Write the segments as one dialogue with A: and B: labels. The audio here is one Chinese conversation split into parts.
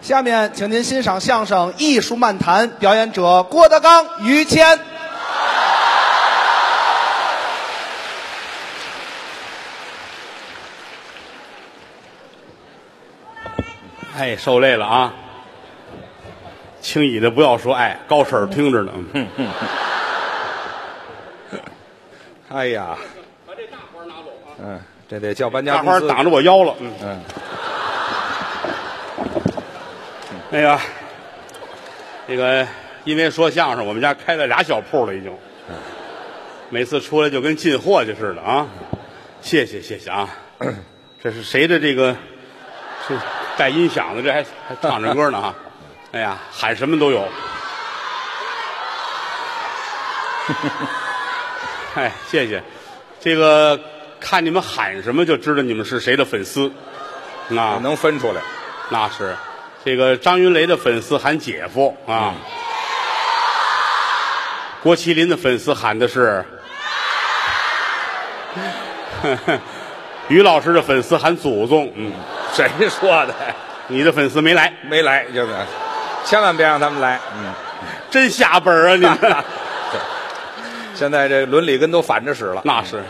A: 下面，请您欣赏相声《艺术漫谈》，表演者郭德纲、于谦。
B: 哎，受累了啊！轻易的不要说哎，高婶儿听着呢。嗯
C: 哎呀，
B: 把这大花拿走啊！
C: 嗯，这得叫搬
B: 大
C: 家
B: 花
C: 公司
B: 挡着我腰了。嗯
C: 嗯，
B: 那个，那哎个，因为说相声，我们家开了俩小铺了，已经。每次出来就跟进货去似的啊！谢谢谢谢啊！这是谁的这个？这带音响的，这还还唱着歌呢哈！哎呀，喊什么都有。 哎，谢谢。这个看你们喊什么，就知道你们是谁的粉丝。啊，
C: 能分出来。
B: 那是，这个张云雷的粉丝喊姐夫
C: 嗯
B: 啊，郭麒麟的粉丝喊的是， 于老师的粉丝喊祖宗，嗯，
C: 谁说的？
B: 你的粉丝没来，
C: 没来就是，千万别让他们来。嗯，
B: 真下本儿啊你 们，
C: 现在这伦理跟都反着使了。
B: 那是，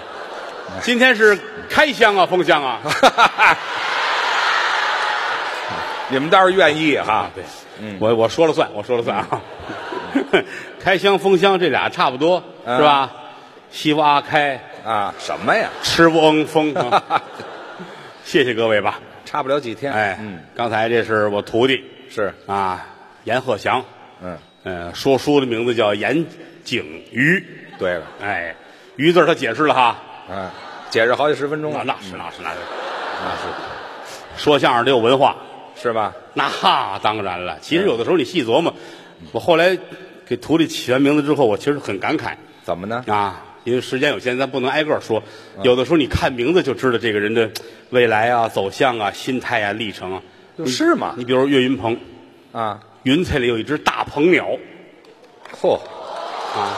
B: 今天是开箱啊，封箱啊，
C: 你们倒是愿意啊哈？
B: 对，嗯
C: 嗯
B: 我我说了算，我说了算啊。 开箱封箱这俩差不多
C: 嗯
B: 是吧？西瓜开，
C: 啊，什么呀？
B: 吃不嗯风。啊谢谢各位吧。
C: 差不了几天。
B: 哎，
C: 嗯，
B: 刚才这是我徒弟
C: 是，
B: 啊，阎鹤祥，
C: 嗯，
B: 呃，说书的名字叫阎景瑜。
C: 对了，
B: 哎，瑜字儿他解释了哈，
C: 嗯，解释好几十分钟
B: 那
C: 了。
B: 那是那是那是，
C: 那是
B: 说相声得有文化，
C: 是吧？
B: 那当然了。其实有的时候你细琢磨，我后来给徒弟起完名字之后，我其实很感慨。
C: 怎么呢？
B: 啊，因为时间有限，咱不能挨个儿说。有的时候你看名字就知道这个人的未来啊、走向啊、心态啊、历程啊。
C: 有是吗
B: 你比如岳云鹏，
C: 啊，
B: 云彩里有一只大鹏鸟，
C: 嚯，啊，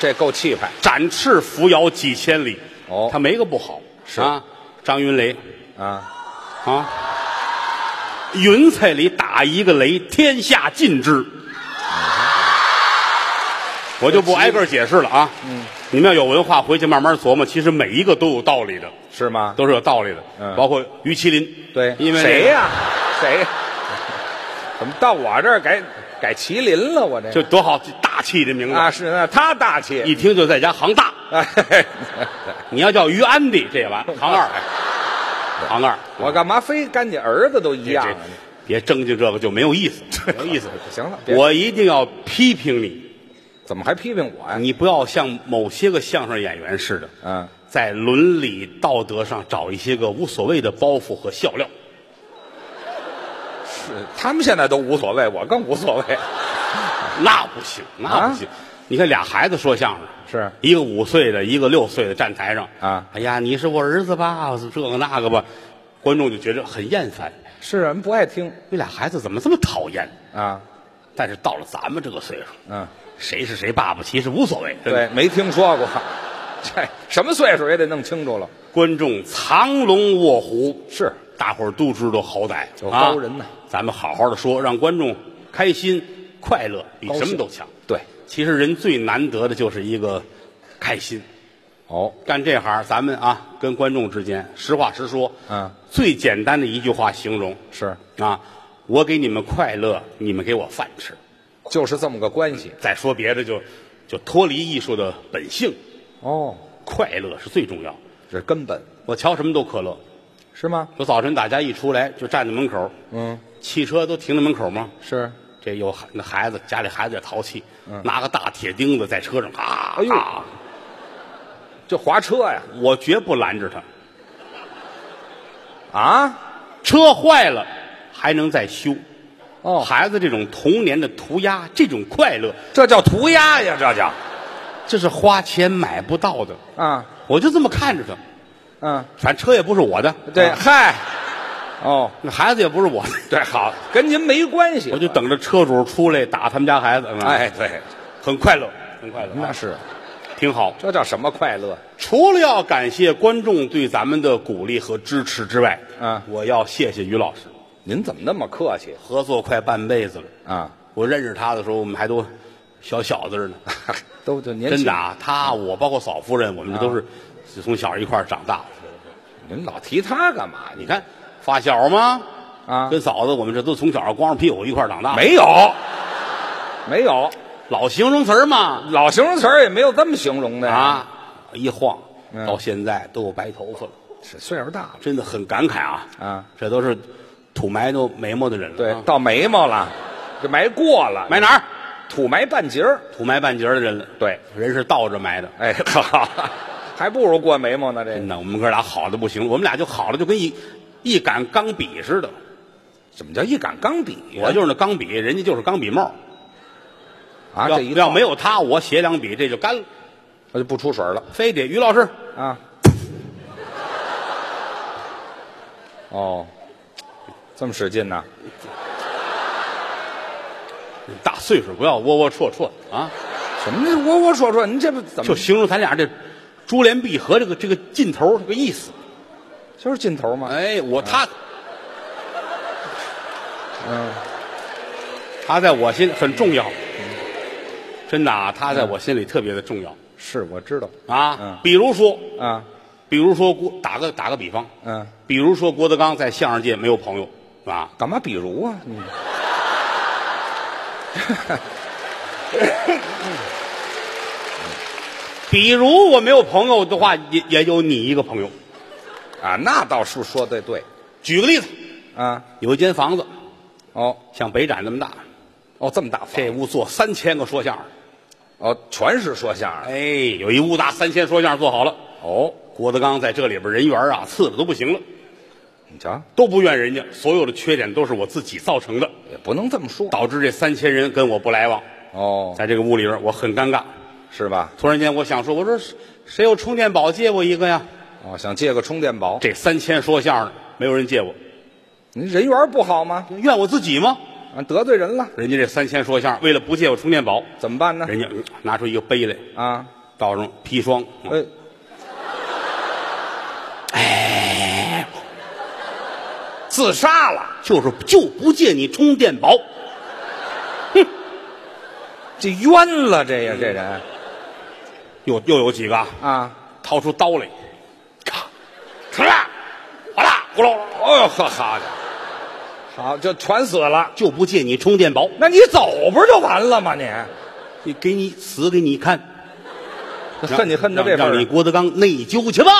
C: 这够气派。
B: 展翅扶摇几千里。
C: 哦
B: 他没个不好。是啊，张云雷
C: 啊，
B: 啊，云彩里打一个雷，天下尽知。我就不挨个儿解释了啊。嗯，你们要有文化，回去慢慢琢磨。其实每一个都有道理的。
C: 是吗？
B: 都是有道理的，
C: 嗯
B: 包括于麒麟，
C: 对，
B: 因为那个
C: 谁、呀？谁？怎么到我这儿改改麒麟了？我这
B: 就多好，大气这名字，
C: 啊是那他大气。
B: 一听就在家行大。
C: 哎，
B: 你要叫于安迪，这也 完，行二，行二，
C: 哎我干嘛非干你儿子都一
B: 这
C: 样
B: 这
C: 啊？
B: 别争竞这个就没有意思，没有意思。
C: 行了，别
B: 我一定要批评你，
C: 怎么还批评我呀？
B: 你不要像某些个相声演员似的，
C: 嗯，
B: 在伦理道德上找一些个无所谓的包袱和笑料。
C: 是他们现在都无所谓，我更无所谓。
B: 那不行，那不行。你看俩孩子说相声，
C: 啊是
B: 一个五岁的，一个六岁的，站台上
C: 啊
B: 哎呀，你是我儿子吧？我是这个那个吧，观众就觉得很厌烦。
C: 是啊人不爱听
B: 这俩孩子怎么这么讨厌？
C: 啊，
B: 但是到了咱们这个岁数，
C: 嗯，
B: 谁是谁爸爸其实无所谓。嗯真的
C: 对，，没听说过， 这什么岁数也得弄清楚了。
B: 观众藏龙卧虎，
C: 是
B: 大伙儿都知道好歹
C: 有
B: 啊
C: 高人呐
B: 咱们好好的说，让观众开心快乐，比
C: 高兴
B: 什么都强。
C: 对，
B: 其实人最难得的就是一个开心。
C: 哦，
B: 干这行，咱们啊，跟观众之间实话实说，
C: 嗯，
B: 最简单的一句话形容
C: 是，
B: 啊，我给你们快乐，你们给我饭吃。
C: 就是这么个关系。
B: 再说别的就，就脱离艺术的本性，
C: 哦，
B: 快乐是最重要。
C: 这是根本
B: 我瞧什么都可乐。
C: 是吗？
B: 我早晨大家一出来就站在门口，
C: 嗯，
B: 汽车都停在门口吗？
C: 是。
B: 这有孩那孩子家里孩子也淘气，拿个大铁钉子在车上啊，
C: 嗯哎呦
B: 啊
C: 就划车呀？
B: 我绝不拦着他。
C: 啊？
B: 车坏了还能再修，
C: 哦，
B: 孩子这种童年的涂鸦，这种快乐，
C: 这叫涂鸦呀，这叫
B: 这是花钱买不到的。
C: 啊，
B: 我就这么看着他，
C: 嗯，
B: 反正车也不是我的，
C: 对，
B: 啊
C: 嗨，哦，
B: 那孩子也不是 我的，对，好，
C: 跟您没关系。
B: 我就等着车主出来打他们家孩子。嗯
C: 哎，，对，
B: 很快乐，很快乐，
C: 那
B: 啊
C: 是，
B: 挺好。
C: 这叫什么快乐？
B: 除了要感谢观众对咱们的鼓励和支持之外，
C: 嗯
B: 我要谢谢于老师，
C: 您怎么那么客气
B: 合作快半辈子了。
C: 啊？
B: 我认识他的时候，我们还都小小子 呢，
C: 都就年轻嗯啊
B: 真的啊，他我包括嫂夫人，我们这都是是从小一块儿长大的。
C: 您老提他干嘛？你
B: 你看，发小吗？
C: 啊
B: 跟嫂子我们这都从小光着屁股一块儿长大，
C: 没有，没有，
B: 老形容词儿嘛
C: 老形容词儿也没有这么形容的呀。
B: 啊，一晃
C: 嗯
B: 到现在都有白头发了，
C: 是岁数大了，
B: 真的很感慨啊
C: 啊，
B: 这都是土埋都眉毛的人了，
C: 对，嗯
B: 啊
C: 到眉毛了，这埋过了，
B: 埋哪儿？
C: 土埋半截儿。
B: 土埋半截儿的人了，
C: 对，
B: 人是倒着埋的。
C: 哎，好，还不如过眉毛呢。这
B: 真的，我们哥俩好的不行，我们俩就好了，就跟一一杆钢笔似的。
C: 怎么叫一杆钢笔呀？
B: 我就是那钢笔，人家就是钢笔帽。
C: 啊，
B: 要
C: 这一
B: 要
C: 套
B: 没有他，我写两笔这就干了。
C: 那就不出水了
B: 非得于老师，
C: 啊。哦，这么使劲呢？嗯
B: 大岁数不要窝窝戳戳的啊！
C: 什么这窝窝说说？您这不怎么
B: 就形容咱俩这珠联璧合这个这个劲头这个意思。
C: 就是劲头嘛？
B: 哎，我他
C: 嗯，
B: 他在我心里很重要，真的啊，他在我心里特别的重要
C: 是我知道嗯
B: 啊。比如说，
C: 啊，
B: 比如说郭，打个打个比方，
C: 嗯，
B: 比如说郭德纲在相声界没有朋友啊，
C: 干嘛？比如啊，你
B: 比如我没有朋友的话，也也有你一个朋友。
C: 啊，那倒是说的对
B: 举个例子，
C: 啊。
B: 有一间房子，
C: 哦
B: 像北展那么大，
C: 哦，这么大房
B: 这屋坐三千个说相声。
C: 哦，全是说相声的
B: 哎，有一屋大三千说相声做好了。
C: 哦。
B: 郭德纲在这里边人缘啊，次的都不行了，
C: 你瞧，
B: 都不怨人家，所有的缺点都是我自己造成的，
C: 也不能这么说
B: 导致这三千人跟我不来往。
C: 哦，
B: 在这个屋里边，我很尴尬。
C: 是吧？
B: 突然间，我想说，我说谁有充电宝借我一个呀？
C: 哦，想借个充电宝，
B: 这三千说相声的没有人借我，
C: 您人缘不好吗？
B: 怨我自己吗？
C: 啊，得罪人了，
B: 人家这三千说相声为了不借我充电宝，
C: 怎么办呢？
B: 人家嗯拿出一个杯来，
C: 啊，
B: 倒上砒霜，嗯
C: 呃，
B: 自杀了，就是就不借你充电宝。
C: 这冤了，这呀，这人
B: 又又有几个啊
C: 啊，
B: 掏出刀来，咔，咔，哗啦，咕噜，哎呦呵哈的，
C: 好，就全死了。
B: 就不借你充电宝，
C: 那你走不是就完了吗？你
B: 你给你死给你看，
C: 恨你恨到这份
B: 让
C: 儿啊
B: 让你
C: 上，
B: 郭德纲内疚去吧。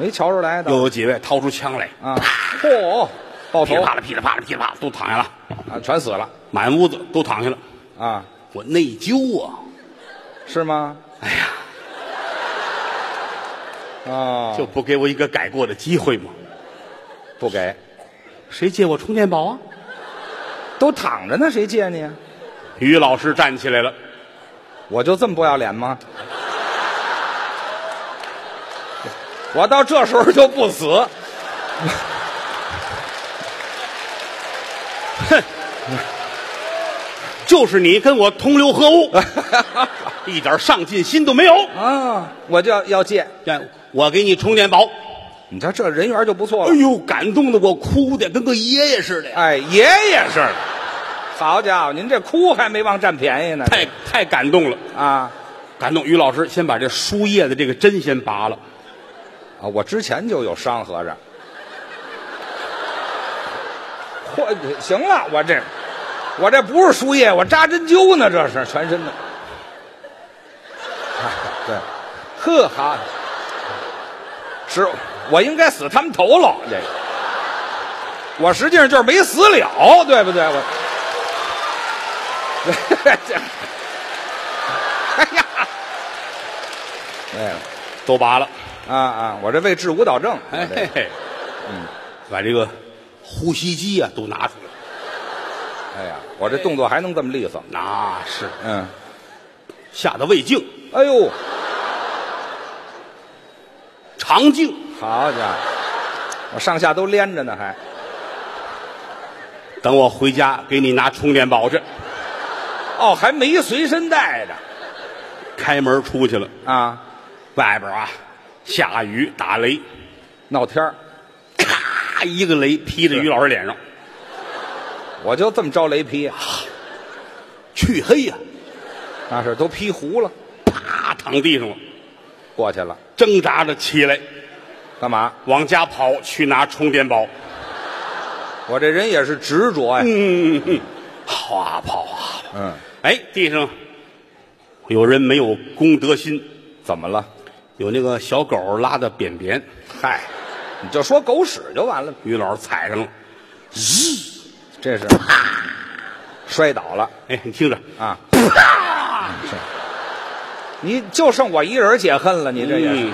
C: 没瞧出来的
B: 又有几位掏出枪来，
C: 啊？嚯，爆
B: 噼
C: 头
B: 里啪啦噼里啪啦噼里啪啦，都躺下了，
C: 啊，全死了
B: 满屋子都躺下了。
C: 啊？
B: 我内疚啊，
C: 是吗？哎呀，啊，
B: 就不给我一个改过的机会吗？
C: 不给，
B: 谁借我充电宝啊？
C: 都躺着呢，谁借你啊？
B: 于老师站起来了，
C: 我就这么不要脸吗？我到这时候就不死，
B: 就是你跟我同流合 污，一点上进心都没有。
C: 啊，我就要要借。
B: 但我给你充电宝，
C: 你瞧这人缘就不错
B: 哎
C: 了。
B: 呦，感动的我哭的跟个爷爷似的呀，
C: 哎，爷爷是，好家伙，您这哭还没忘占便宜呢。
B: 太太感动了，
C: 啊
B: 感动。于老师先把这输液的这个针先拔了，
C: 啊！我之前就有伤，合着。嚯，行了，我这我这不是输液，我扎针灸呢，这是全身的。 对，呵哈，是我应该死他们头了，这个我实际上就是没死了，对不对？我， 这， 哎呀， 哎。
B: 都拔了，
C: 啊啊！我这为治舞蹈症，我
B: 哎
C: 这
B: 嘿嘿，把这个呼吸机啊都拿出来，
C: 哎呀，我这动作还能这么利索？
B: 那是
C: 嗯，
B: 吓得胃镜、
C: 哎呦，
B: 肠镜、
C: 好家伙，我上下都连着呢，还
B: 等我回家给你拿充电宝去。
C: 哦，还没随身带着
B: 开门出去了，
C: 啊！
B: 外边啊下雨打雷，
C: 闹天儿，
B: 啪一个雷劈在于老师脸上，
C: 我就这么招雷劈，
B: 黢黑呀、
C: 那是都劈糊了，
B: 啪躺地上了，
C: 过去了，
B: 挣扎着起来
C: 干嘛？
B: 往家跑去拿充电宝，
C: 我这人也是执着呀、
B: 嗯，嗯跑啊跑啊，
C: 嗯，
B: 哎，地上有人没有公德心，
C: 怎么了？
B: 有那个小狗拉的便便，
C: 嗨，你就说狗屎就完了，
B: 于老师踩上了，
C: 这是摔倒了
B: 哎，你听着，
C: 啊！你就剩我一人解恨了，你这也是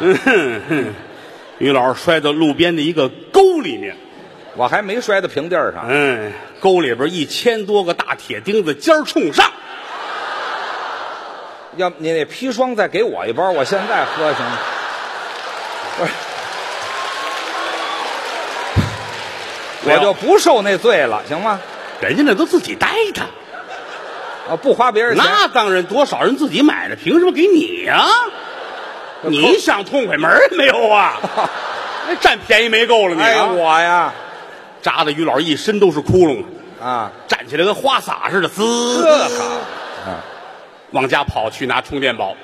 B: 嗯，嗯哼，于老师摔到路边的一个沟里面，
C: 我还没摔到平地儿上，
B: 嗯，沟里边一千多个大铁钉子尖儿冲上，
C: 要不你那砒霜再给我一包，我现在喝行吗？不是，
B: 没
C: 我
B: 有
C: 就不受那罪了，行吗？
B: 人家那都自己带的，
C: 啊，不花别人钱，
B: 那当然，多少人自己买的，凭什么给你呀、你想痛快门儿没有 啊？哎占便宜没够了你、啊！
C: 哎我呀，
B: 扎的于老一身都是窟窿，
C: 啊，
B: 站起来跟花洒似的，滋，啊
C: 这好，
B: 往家跑去拿充电宝。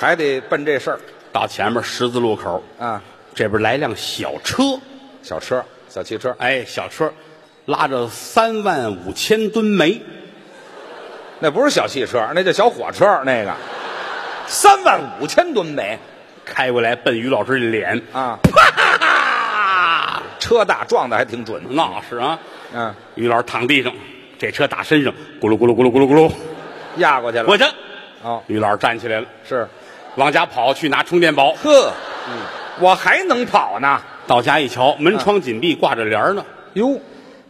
C: 还得奔这事儿
B: 到前面十字路口，
C: 啊，
B: 这边来辆小车，
C: 小车、小汽车，
B: 哎，小车拉着三万五千吨煤，
C: 那不是小汽车，那叫小火车，那个三万五千吨煤
B: 开过来奔于老师的脸，
C: 啊，
B: 啪！
C: 车大撞的还挺准，
B: 那是啊，
C: 嗯、
B: 于老师躺地上，这车打身上，咕噜咕噜咕噜咕噜咕噜
C: 压过去了
B: 过，去。
C: 哦，
B: 于老师站起来了，
C: 是，
B: 往家跑去拿充电宝。
C: 呵，嗯我还能跑呢，
B: 到家一瞧，门窗紧闭，挂着帘儿呢。
C: 哟，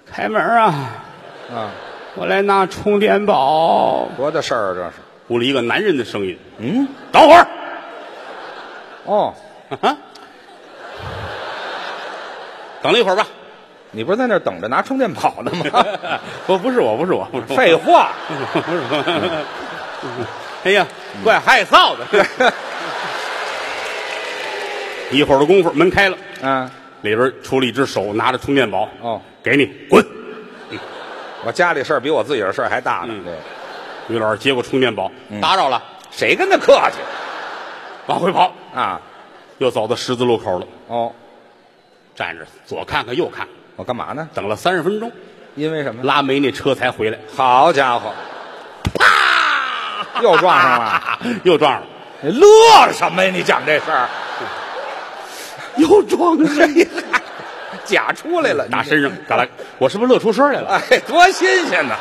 B: 开门啊，
C: 啊，
B: 我来拿充电宝。
C: 多大事儿啊这是？
B: 屋里一个男人的声音
C: 嗯，：“
B: 等会儿，
C: 哦，
B: 啊等了一会儿吧。
C: 你不是在那儿等着拿充电宝呢 吗？
B: 不，不 是我，不是我，不是我
C: 废话，
B: 不是我。哎呀，怪害臊的。 一会儿的功夫，门开了，
C: 啊，
B: 里边出了一只手，拿着充电宝。
C: 哦，
B: 给你滚！
C: 我家里事儿比我自己的事儿还大呢，
B: 嗯
C: 对，
B: 于老师接过充电宝，
C: 嗯
B: 打扰了，
C: 谁跟他客气
B: 往回跑，
C: 啊？
B: 又走到十字路口了，
C: 哦，
B: 站着左看看右看，
C: 我干嘛呢？
B: 等了三十分钟，
C: 因为什么？
B: 拉煤那车才回来，
C: 好家伙， 啪，又撞上了。
B: 啊， 又撞上了，
C: 你乐什么呀？你讲这事儿，
B: 又撞上了，
C: 假出来了，
B: 打
C: 打
B: 身上，嘎啦，我是不是乐出声来了？
C: 哎，多新鲜呐！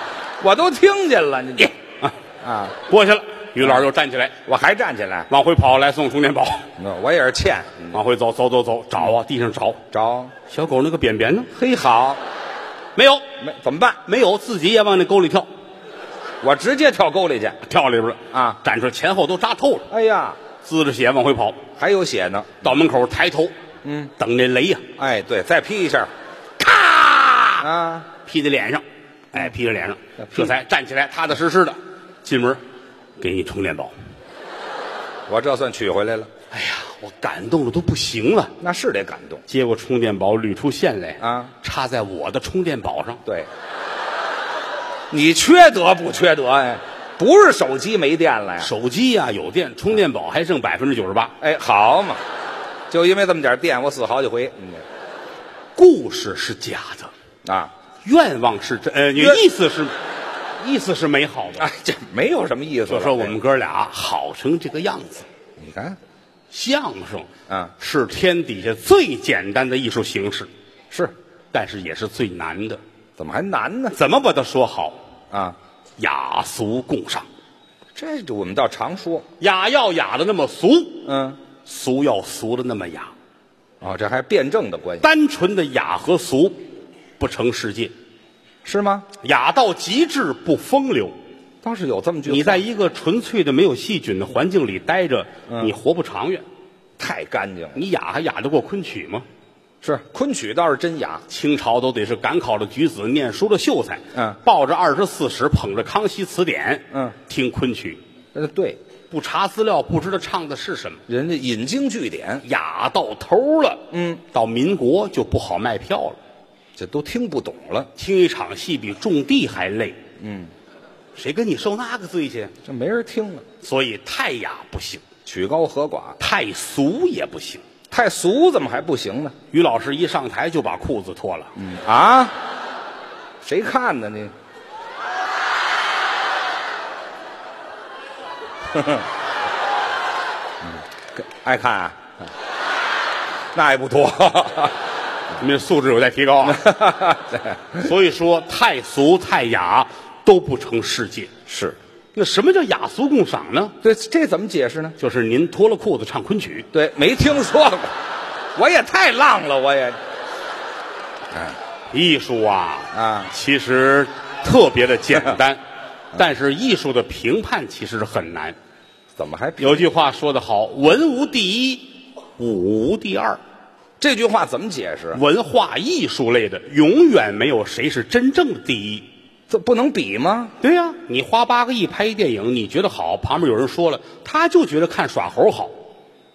C: 我都听见了，你
B: 耶啊，
C: 啊，
B: 过去了。于老师又站起来，
C: 我还站起来，
B: 往回跑，来送充电宝，
C: 那我也是欠
B: 往回走，走走走，找啊，地上找，
C: 着，
B: 小狗那个便便呢？
C: 嘿，好，
B: 没有，
C: 没怎么办？
B: 没有，自己也往那沟里跳，
C: 我直接跳沟里去。
B: 跳里边了
C: 啊
B: 站出来前后都扎透了，
C: 哎呀，
B: 滋着血往回跑，
C: 还有血呢，
B: 到门口抬头，
C: 嗯，
B: 等那雷呀、
C: 哎，对，再劈一下
B: 咔
C: 啊，
B: 劈在脸上，哎，劈在脸上
C: 嗯那，劈
B: 这才站起来，踏踏实实的进门，给你充电宝。
C: 我这算取回来了，
B: 哎呀，我感动的都不行了。
C: 那是得感动，
B: 接过充电宝，捋出线来
C: 啊，
B: 插在我的充电宝上。
C: 对，你缺德不缺德哎？不是手机没电了呀？
B: 手机呀、有电，充电宝还剩百分之九十八。
C: 哎，好嘛，就因为这么点电，我死好几回。嗯
B: 故事是假的，
C: 啊，
B: 愿望是真，呃，你
C: 愿
B: 意思是，意思是美好的。
C: 哎，这没有什么意思
B: 就
C: 了。
B: 说我们哥俩好成这个样子，
C: 哎，你看
B: 相声
C: 啊
B: 是天底下最简单的艺术形式。
C: 是，
B: 但是也是最难的。
C: 怎么还难呢？
B: 怎么把它说好？
C: 啊，
B: 雅俗共赏，
C: 这我们倒常说，
B: 雅要雅的那么俗，
C: 嗯，
B: 俗要俗的那么雅。
C: 哦，这还辩证的关系
B: 单纯的雅和俗不成世界，
C: 是吗？
B: 雅到极致不风流。
C: 倒是有这么句话，
B: 你在一个纯粹的没有细菌的环境里待着，你活不长远。
C: 太干净了。
B: 你雅还雅得过昆曲吗？
C: 是昆曲倒是真雅，
B: 清朝都得是赶考的举子，念书的秀才，
C: 嗯
B: 抱着二十四史，捧着《康熙词典》，
C: 嗯，
B: 听昆曲，
C: 呃，对，
B: 不查资料，不知道唱的是什么。
C: 人家引经据典，
B: 雅到头了，
C: 嗯，
B: 到民国就不好卖票了。
C: 这都听不懂了，
B: 听一场戏比种地还累，嗯，谁跟你受那个罪去？
C: 这没人听了。
B: 所以太雅不行，
C: 曲高和寡，
B: 太俗也不行。
C: 太俗怎么还不行呢？
B: 于老师一上台就把裤子脱了，
C: 啊，谁看呢你？ 嗯爱看啊？那也不多。
B: 你们素质有待提高啊。 所以说，太俗太雅都不成世界。
C: 是，
B: 那什么叫雅俗共赏呢？
C: 对，这怎么解释呢？
B: 就是您脱了裤子唱昆曲，
C: 对，没听说过，我也太浪了，我也
B: 艺术啊
C: 啊
B: 其实特别的简单，但是艺术的评判其实很难。
C: 怎么还
B: 有句话说得好，文无第一，武无第二。
C: 这句话怎么解释？
B: 文化艺术类的，永远没有谁是真正的第一。
C: 这不能比吗？
B: 对呀、你花八个亿拍一电影，你觉得好，旁边有人说了，他就觉得看耍猴好，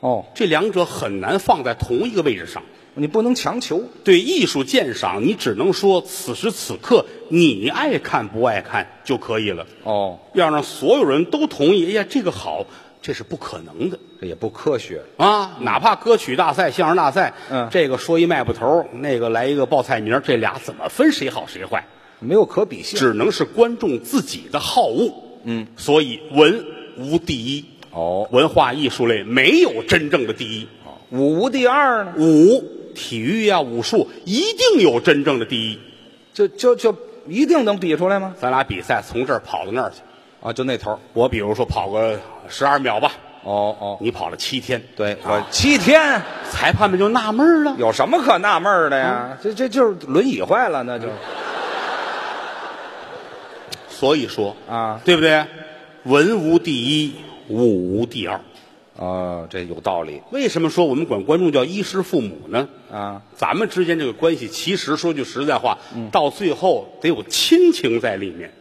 C: 哦，
B: 这两者很难放在同一个位置上。
C: 你不能强求。
B: 对艺术鉴赏，你只能说此时此刻你爱看不爱看就可以了。
C: 哦，
B: 要让所有人都同意，哎呀，这个好，这是不可能的
C: 这也不科学。
B: 啊！哪怕歌曲大赛、相声大赛，
C: 嗯
B: 这个说一卖布头，那个来一个报菜名，这俩怎么分谁好谁坏？
C: 没有可比性。
B: 只能是观众自己的好恶。嗯，所以文无第一，
C: 哦，
B: 文化艺术类没有真正的第一。
C: 五无第二呢？
B: 武、体育呀、武术一定有真正的第一。
C: 就就就一定能比出来吗？
B: 咱俩比赛从这儿跑到那儿去，
C: 啊，就那头儿。
B: 我比如说跑个十二秒吧，
C: 哦哦，
B: 你跑了七天，
C: 对
B: 啊
C: 我七天，
B: 裁判们就纳闷了，
C: 有什么可纳闷儿的呀？嗯这这就是轮椅坏了，那就
B: 所以说
C: 啊
B: 对不对？文无第一，武无第二。
C: 哦，这有道理
B: 为什么说我们管观众叫衣食父母呢？
C: 啊。
B: 咱们之间这个关系，其实说句实在话，
C: 嗯
B: 到最后得有亲情在里面。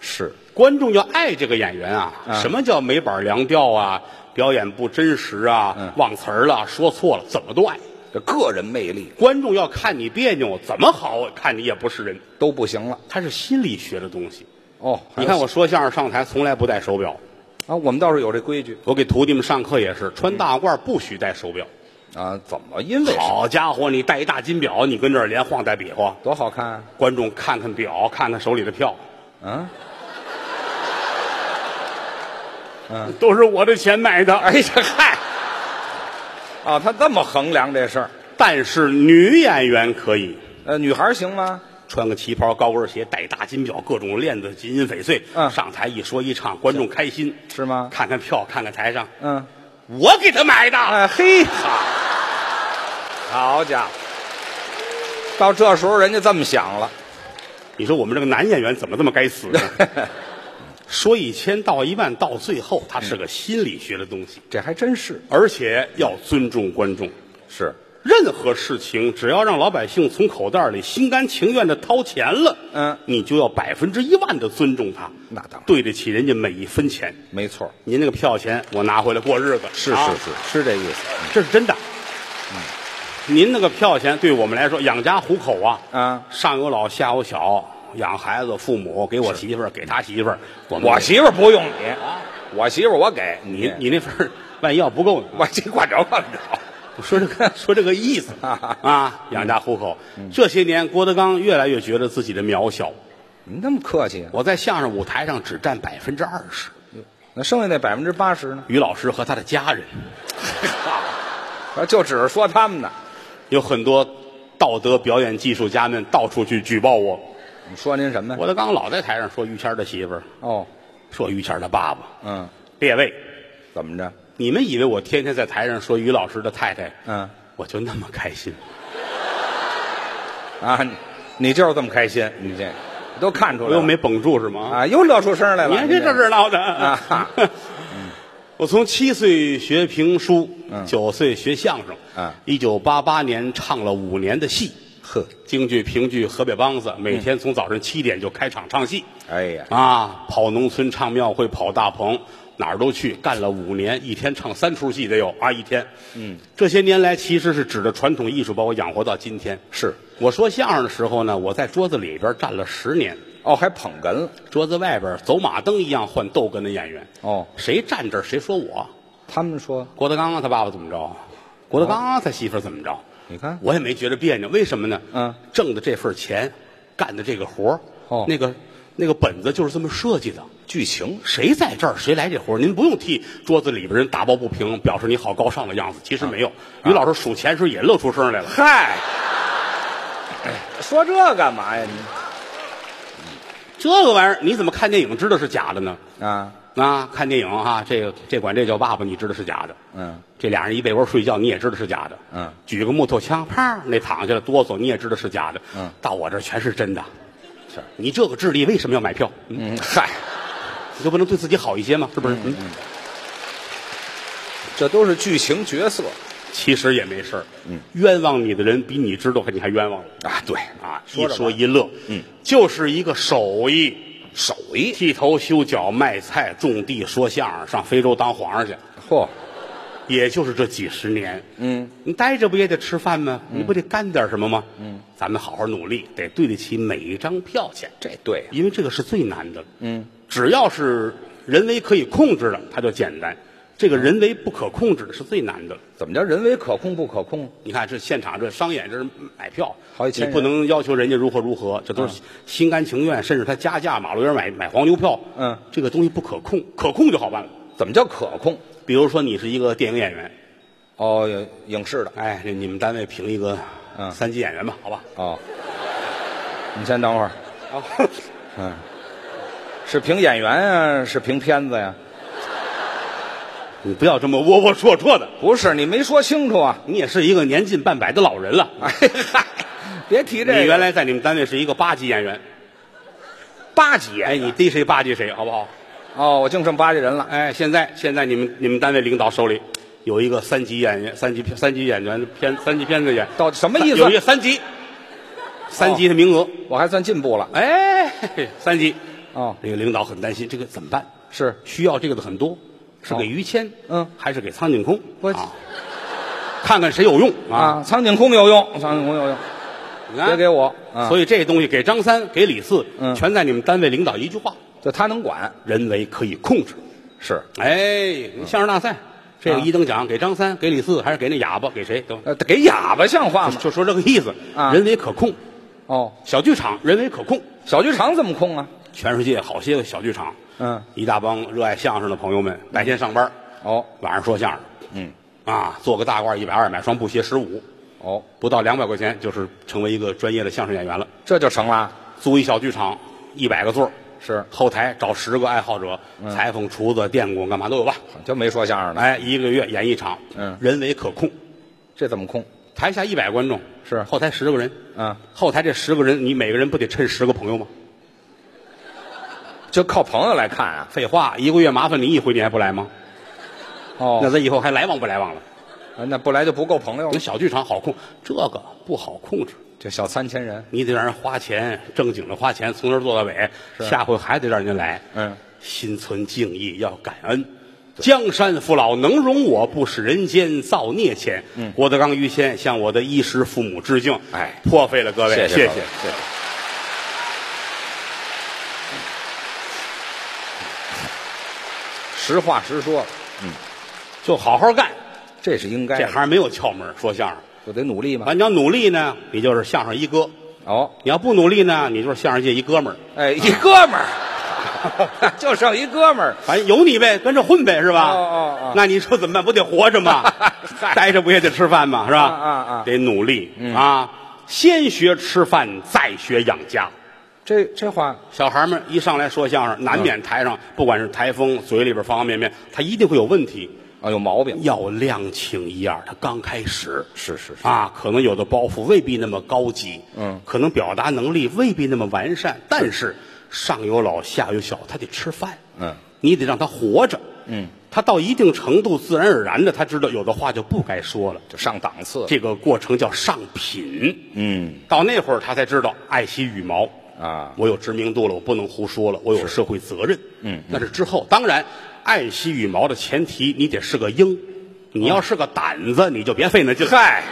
C: 是，
B: 观众要爱这个演员啊！
C: 啊
B: 什么叫没板凉调啊？表演不真实啊？
C: 嗯
B: 忘词儿了，说错了，怎么都爱。
C: 这个人魅力
B: 观众要看你别扭，怎么好看你也不是人。
C: 都不行了。
B: 它是心理学的东西。
C: 哦，
B: 你看
C: 我
B: 我说相声上台从来不戴手表，
C: 啊，我们倒是有这规矩
B: 我给徒弟们上课也是穿大褂不许戴手表。
C: 啊。怎么？因为
B: 好家伙，你戴一大金表，你跟这儿连晃带比划，
C: 多好看啊！
B: 观众看看表，看看手里的票，
C: 嗯，
B: 都是我的钱买的。哎呀，嗨！
C: 啊，他这么衡量这事儿。
B: 但是女演员可以，
C: 呃，女孩儿行吗？
B: 穿个旗袍、高跟鞋，戴大金表，各种链子、金银翡翠，
C: 嗯
B: 上台一说一唱，观众开心，
C: 是吗
B: 看看票，看看台上，
C: 嗯，
B: 我给他买的。
C: 哎嘿。
B: 啊
C: 好家伙，到这时候人家这么想了，
B: 你说我们这个男演员怎么这么该 死呢？说一千道一万，到最后它是个心理学的东西，
C: 这还真是
B: 而且要尊重观众。
C: 是，
B: 任何事情，只要让老百姓从口袋里心甘情愿的掏钱了，
C: 嗯
B: 你就要百分之一万的尊重他，
C: 那当然
B: 对得起人家每一分钱。
C: 没错，
B: 您那个票钱我拿回来过日子，啊
C: 是是这意思
B: 这是真的。您那个票钱对我们来说养家糊口啊，
C: 嗯啊。
B: 上有老下有小，养孩子父母给我媳妇儿给他媳妇儿，我们
C: 我媳妇儿不用你，我媳妇儿我啊给
B: 你你那份儿万一要不够呢？
C: 我这管着管不着，
B: 我说这个 说这个意思啊，养家糊口。
C: 嗯
B: 这些年郭德纲越来越觉得自己的渺小，
C: 你那么客气啊？
B: 我在相声舞台上只占百分之二十。
C: 那剩下那百分之八十呢？
B: 于老师和他的家人
C: 啊就只是说他们呢。
B: 有很多道德表演技术家们到处去举报我。
C: 你说您什么呀？
B: 郭德纲老在台上说于谦儿的媳妇儿，
C: 哦，
B: 说于谦儿的爸爸。
C: 嗯，
B: 列位，
C: 怎么着？
B: 你们以为我天天在台上说于老师的太太，
C: 嗯
B: 我就那么开心？
C: 啊，你你就是这么开心，你这都看出
B: 我
C: 来
B: 又
C: 了
B: 没绷住是吗？
C: 啊，又乐出声来了。
B: 你看这
C: 您
B: 这事儿闹的
C: 啊哈！
B: 我从七岁学评书，
C: 嗯
B: 九岁学相声，
C: 嗯
B: 一九八八年唱了五年的戏，
C: 呵，
B: 京剧、评剧、河北梆子，
C: 嗯
B: 每天从早晨七点就开场唱戏，
C: 哎呀，
B: 啊，跑农村唱庙会，跑大棚，哪儿都去，干了五年，一天唱三出戏得有啊，一天。嗯，这些年来其实是指着传统艺术把我养活到今天。
C: 是
B: 我说相声的时候呢，我在桌子里边站了十年，
C: 哦，还捧哏了
B: 桌子外边走马灯一样换逗哏的演员。
C: 哦。
B: 谁站这儿谁说我，
C: 他们说，
B: 郭德纲啊他爸爸怎么着，郭德纲啊他媳妇儿怎么着，
C: 你看
B: 我也没觉得别扭，为什么呢？
C: 嗯，
B: 挣的这份钱，干的这个活儿
C: 哦
B: 那个那个本子就是这么设计的。
C: 剧情
B: 谁在这儿，谁来这活儿您不用替桌子里边人打抱不平，表示你好高尚的样子。其实没有，
C: 啊
B: 于老师数钱时候也乐出声来了。
C: 嗨，哎说这干嘛呀你？
B: 这个玩意儿，你怎么看电影知道是假的呢？
C: 啊，
B: 啊，看电影啊，这个这管这叫爸爸，你知道是假的。
C: 嗯，
B: 这俩人一被窝睡觉，你也知道是假的。
C: 嗯，
B: 举个木头枪，啪，那躺下了哆嗦，你也知道是假的。
C: 嗯，
B: 到我这儿全是真的。
C: 是
B: 你这个智力为什么要买票？嗯
C: 嗯， 嗨，
B: 你就不能对自己好一些吗？是不是？嗯
C: 这都是剧情角色
B: 其实也没事儿。嗯，冤枉你的人比你知道还你还冤枉了
C: 啊，对，
B: 啊！
C: 说
B: 一
C: 着吧
B: 说一乐，嗯，就是一个手艺，
C: 手艺，
B: 剃头、修脚、卖菜、种地、说相声，上非洲当皇上去，
C: 嚯，
B: 也就是这几十年。
C: 嗯，
B: 你待着不也得吃饭吗？你不得干点什么吗？嗯，咱们好好努力，得对得起每一张票钱，
C: 这对呀
B: 因为这个是最难的。嗯，只要是人为可以控制的，它就简单；这个人为不可控制的是最难的。
C: 怎么叫人为可控不可控？
B: 你看这现场这商演这是买票，
C: 好几千人嗯
B: 你不能要求人家如何如何，这都是心甘情愿，甚至他加价马路边买买黄牛票，
C: 嗯，
B: 这个东西不可控，可控就好办了。
C: 怎么叫可控？
B: 比如说你是一个电影演员，
C: 哦，影视的
B: 哎，这你们单位评一个
C: 嗯
B: 三级演员吧，好吧？
C: 哦，你先等会儿，
B: 啊，
C: 是评演员啊，是评片子呀、
B: 你不要这么窝窝戳戳的，
C: 不是，你没说清楚啊！
B: 你也是一个年近半百的老人了。
C: 哎嗨，别提这个，
B: 你原来在你们单位是一个八级演员，
C: 八级
B: 哎，你逮谁巴结谁，好不好？
C: 哦，我净剩巴结人了。
B: 哎，现在现在你们你们单位领导手里有一个三级演员，三级三级演员片三级片子演，
C: 到底什么意
B: 有一个
C: 思？
B: 三级，三级的名额，
C: 我还算进步了。
B: 哎，嘿嘿三级，
C: 哦，
B: 这个领导很担心，这个怎么办？
C: 是
B: 需要这个的很多，是
C: 哦
B: 给于谦，
C: 嗯
B: 还是给苍井空？
C: 我
B: 啊看看谁有用啊！
C: 啊，苍井空有用，苍井空有用，
B: 你看
C: 别给我。啊、
B: 所
C: 以
B: 以这东西给张三，给李四，
C: 嗯
B: 全在你们单位领导一句话：
C: 就他能管，
B: 人为可以控制。
C: 是
B: 哎，相声大赛，这个
C: 啊
B: 一等奖给张三，给李四，还是给那哑巴，给谁都
C: 呃，给哑巴像话
B: 就
C: 吗？
B: 就说这个意思。
C: 啊
B: 人为可控，
C: 哦，
B: 小剧场人为可控，
C: 小剧场怎么控啊？
B: 全世界好些个小剧场，
C: 嗯，
B: 一大帮热爱相声的朋友们，白天上班，
C: 哦
B: 晚上说相声，
C: 嗯，
B: 啊，做个大褂一百二，买双布鞋十五，
C: 哦，
B: 不到两百块钱就是成为一个专业的相声演员了。
C: 这就成了。
B: 租一小剧场，一百个座儿
C: 是
B: 后台找十个爱好者，
C: 嗯
B: 裁缝、厨子、电工干嘛都有吧？
C: 就没说相声的，
B: 哎，一个月演一场，
C: 嗯
B: 人为可控，
C: 这怎么控？
B: 台下一百观众
C: 是
B: 后台十个人，
C: 嗯，
B: 后台这十个人，你每个人不得趁十个朋友吗？
C: 就靠朋友来看啊。
B: 废话，一个月麻烦你一回，你还不来吗？
C: 哦
B: 那咱以后还来往不来往了？
C: 那那不来就不够朋友
B: 那
C: 了。
B: 小剧场好控，这个不好控制，
C: 这小三千人，
B: 你得让人花钱，正经的花钱，从头做到尾，
C: 是
B: 下回还得让人家来。
C: 嗯，
B: 心存敬意，要感恩。江山父老能容我，不使人间造孽钱。嗯，郭德纲、于谦向我的衣食父母致敬。
C: 哎
B: 破费了各位，
C: 谢
B: 谢。
C: 谢谢。实话实说，
B: 就好好干，
C: 这是应该
B: 这
C: 的，
B: 行没有窍门儿，说相声。
C: 就得努力嘛。
B: 啊完，你要努力呢，你就是相声一哥；
C: 哦，
B: 你要不努力呢，你就是相声界一哥们儿。
C: 哎，一哥们 儿，就剩一哥们儿，
B: 反正有你呗，跟着混呗，是吧？
C: 哦哦哦
B: 那你说怎么办？不得活着吗
C: 嗨？
B: 待着不也得吃饭吗？是吧？
C: 啊啊啊
B: 得努力、啊！先学吃饭，再学养家。
C: 这这话
B: 小孩们一上来说相声，难
C: 嗯
B: 免台上、不管是台风、嘴里边方方面面，他一定会有问题。
C: 啊有毛病。
B: 要亮情一二，他刚开始
C: 是是是，
B: 啊，可能有的包袱未必那么高级，
C: 嗯，
B: 可能表达能力未必那么完善，但是上有老下有小，他得吃饭，
C: 嗯，
B: 你得让他活着，
C: 嗯，
B: 他到一定程度，自然而然的，他知道有的话就不该说了，
C: 就上档次。
B: 这个过程叫上品，
C: 嗯，
B: 到那会儿他才知道爱惜羽毛，
C: 啊，
B: 我有知名度了，我不能胡说了，我有社会责任。嗯，但是之后，当然，爱惜羽毛的前提，你得是个鹰。你要是个胆子，你就别费那劲。
C: 哦嗨，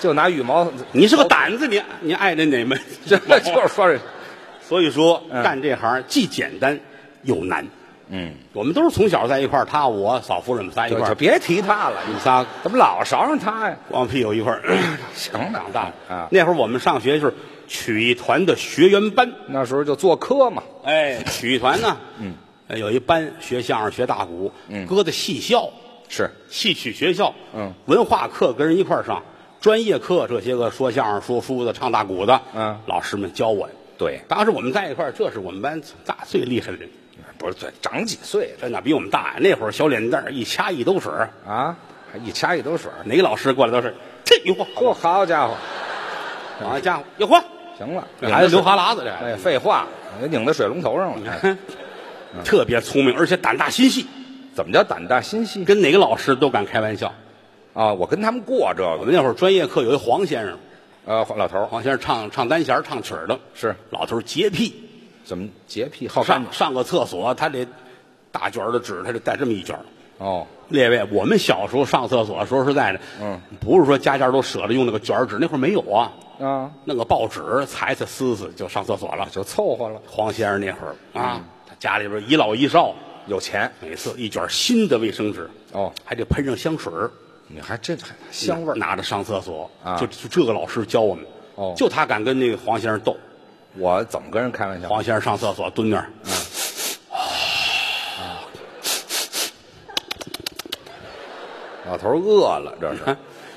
C: 就拿羽毛，
B: 你是个胆子，你你爱着哪门？
C: 这 就是说这，
B: 所以说，
C: 嗯
B: 干这行既简单又难。
C: 嗯，
B: 我们都是从小在一块儿，他我嫂夫人我们仨一
C: 就
B: 块
C: 就
B: 儿，
C: 别提他了，
B: 我们仨
C: 怎么老捎上他呀？
B: 光屁股一块儿
C: 行了，
B: 长大
C: 啊
B: 那会儿我们上学就是曲艺团的学员班，
C: 那时候就做科嘛，
B: 哎，曲艺团呢，嗯，有一班学相声、学大鼓，嗯，搁在戏校、
C: 是
B: 戏曲学校，
C: 嗯，
B: 文化课跟人一块儿上，专业课这些个说相声、说书的、唱大鼓的，
C: 嗯
B: 老师们教我。
C: 对，
B: 当时我们在一块儿，这是我们班大最厉害的人，
C: 不是对，长几岁了
B: 真的比我们大呀。那会儿小脸蛋儿一掐一兜水儿，
C: 啊？还一掐一兜水儿，
B: 哪个老师过来都是这一伙，
C: 嚯，好家伙，
B: 好家伙，一伙，
C: 行了，
B: 这孩子流哈
C: 喇，
B: 喇子这孩子。
C: 哎，废话，给拧到水龙头上了，哎
B: 特别聪明，而且胆大心细，
C: 怎么叫胆大心细
B: 跟哪个老师都敢开玩笑。
C: 啊？我跟他们过这
B: 我
C: 个，
B: 们那会儿专业课有一黄先生，
C: 呃，老头儿
B: 黄先生唱唱单弦儿唱曲儿的，
C: 是
B: 老头儿洁癖，
C: 怎么洁癖好干净
B: 上？上个厕所他得大卷儿的纸，他得带这么一卷儿。
C: 哦，
B: 列位，我们小时候上厕所，说实在的，
C: 嗯，
B: 不是说家家都舍得用那个卷儿纸，那会儿没有啊，
C: 啊，
B: 弄个报纸裁裁撕撕就上厕所了。
C: 就凑合了，
B: 黄先生那会儿
C: 嗯
B: 啊，他家里边一老一少，
C: 有钱
B: 每次一卷儿新的卫生纸，
C: 哦
B: 还得喷上香水儿。
C: 你还真还香味儿。
B: 拿着上厕所
C: 啊
B: 就就这个老师教我们，
C: 哦
B: 就他敢跟那个黄先生斗。
C: 我怎么跟人开玩笑？
B: 黄先生上厕所蹲那儿，
C: 嗯老头儿饿了，这是
B: 看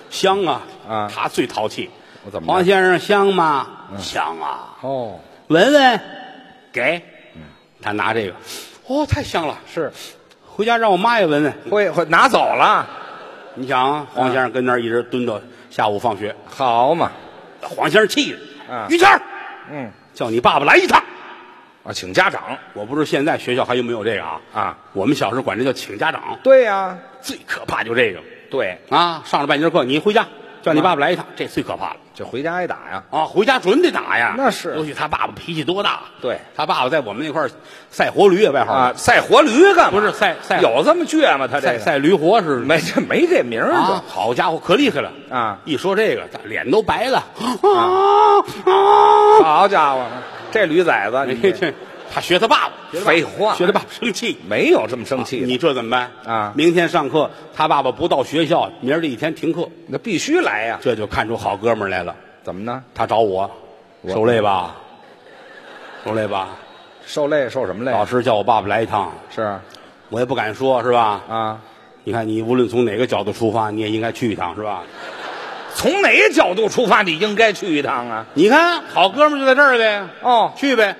B: 香啊，
C: 啊
B: 他最淘气
C: 我怎。么着嗯
B: 黄先生香吗？香啊，
C: 哦，
B: 闻闻，给，他拿
C: 嗯
B: 这个，哦，太香了，
C: 是
B: 回家让我妈也闻闻。
C: 会会拿走了，
B: 你想啊，黄先生跟那儿一直蹲到下午放学，
C: 好嘛，
B: 黄先生气着
C: 啊，
B: 于谦儿，
C: 嗯
B: 叫你爸爸来一趟。
C: 啊，请家长
B: 我不知道现在学校还有没有这个啊？
C: 啊，
B: 我们小时候管这叫请家长，
C: 对呀、
B: 最可怕就这个。
C: 对，
B: 啊，上了半节课，你回家叫你爸爸来一趟，这最可怕了
C: 这回家挨打呀，
B: 啊！回家准得打呀，
C: 那是
B: 尤其他爸爸脾气多大，
C: 对
B: 他爸爸在我们那块儿赛活驴啊，外号
C: 啊，赛活驴干嘛？
B: 不是赛赛
C: 有这么倔吗？他这
B: 赛
C: 个
B: 赛驴活是
C: 没这没这名儿
B: 啊，
C: 就
B: 好家伙，可厉害了
C: 啊！
B: 一说这个，他脸都白了啊啊！
C: 好家伙，这驴崽子，你
B: 这
C: 这
B: 这他学他爸爸，学他爸
C: 废话
B: 学他爸爸生气。
C: 没有这么生气的，
B: 你这怎么办
C: 啊
B: 明天上课，他爸爸不到学校，明儿这一天停课，
C: 那必须来呀、
B: 这就看出好哥们儿来了。
C: 怎么呢？
B: 他找我，
C: 我
B: 受累吧，受累吧。
C: 受累受什么累？啊
B: 老师叫我爸爸来一趟，
C: 是
B: 我也不敢说，是吧？
C: 啊，
B: 你看，你无论从哪个角度出发，你也应该去一趟，是吧？
C: 从哪个角度出发，你应该去一趟啊？
B: 你看，好哥们儿就在这儿呗，
C: 哦
B: 去呗。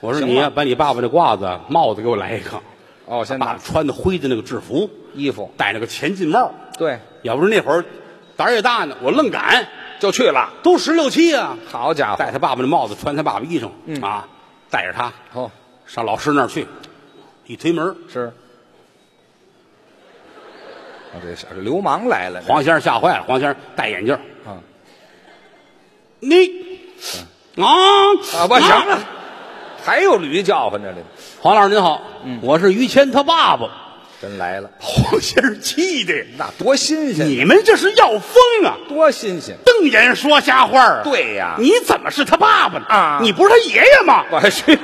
B: 我说
C: 行
B: 你呀
C: 了
B: 把你爸爸那褂子、帽子给我来一个。
C: 哦，先
B: 爸爸
C: 拿
B: 穿的灰的那个制服，
C: 衣服，
B: 戴那个前进帽，
C: 对，
B: 要不是那会儿胆儿也大呢，我愣敢，
C: 就去了。
B: 都十六七啊，
C: 好家伙
B: 戴，他爸爸的帽子，穿他爸爸衣裳、
C: 嗯
B: 啊，带着他
C: 哦，
B: 上老师那儿去，一推门，
C: 是，啊，这小流氓来了，
B: 黄先生吓坏了，黄先生戴眼镜儿，
C: 啊
B: 你啊
C: 啊，我行了，还有驴叫唤着呢，
B: 黄老师您好，
C: 嗯
B: 我是于谦他 爸爸。
C: 真来了，
B: 黄先生气的，
C: 那多新鲜，
B: 你们这是要疯啊！
C: 多新鲜，
B: 瞪眼说瞎话儿啊！
C: 对呀
B: 你怎么是他爸爸呢？
C: 啊
B: 你不是他爷爷吗？
C: 我去，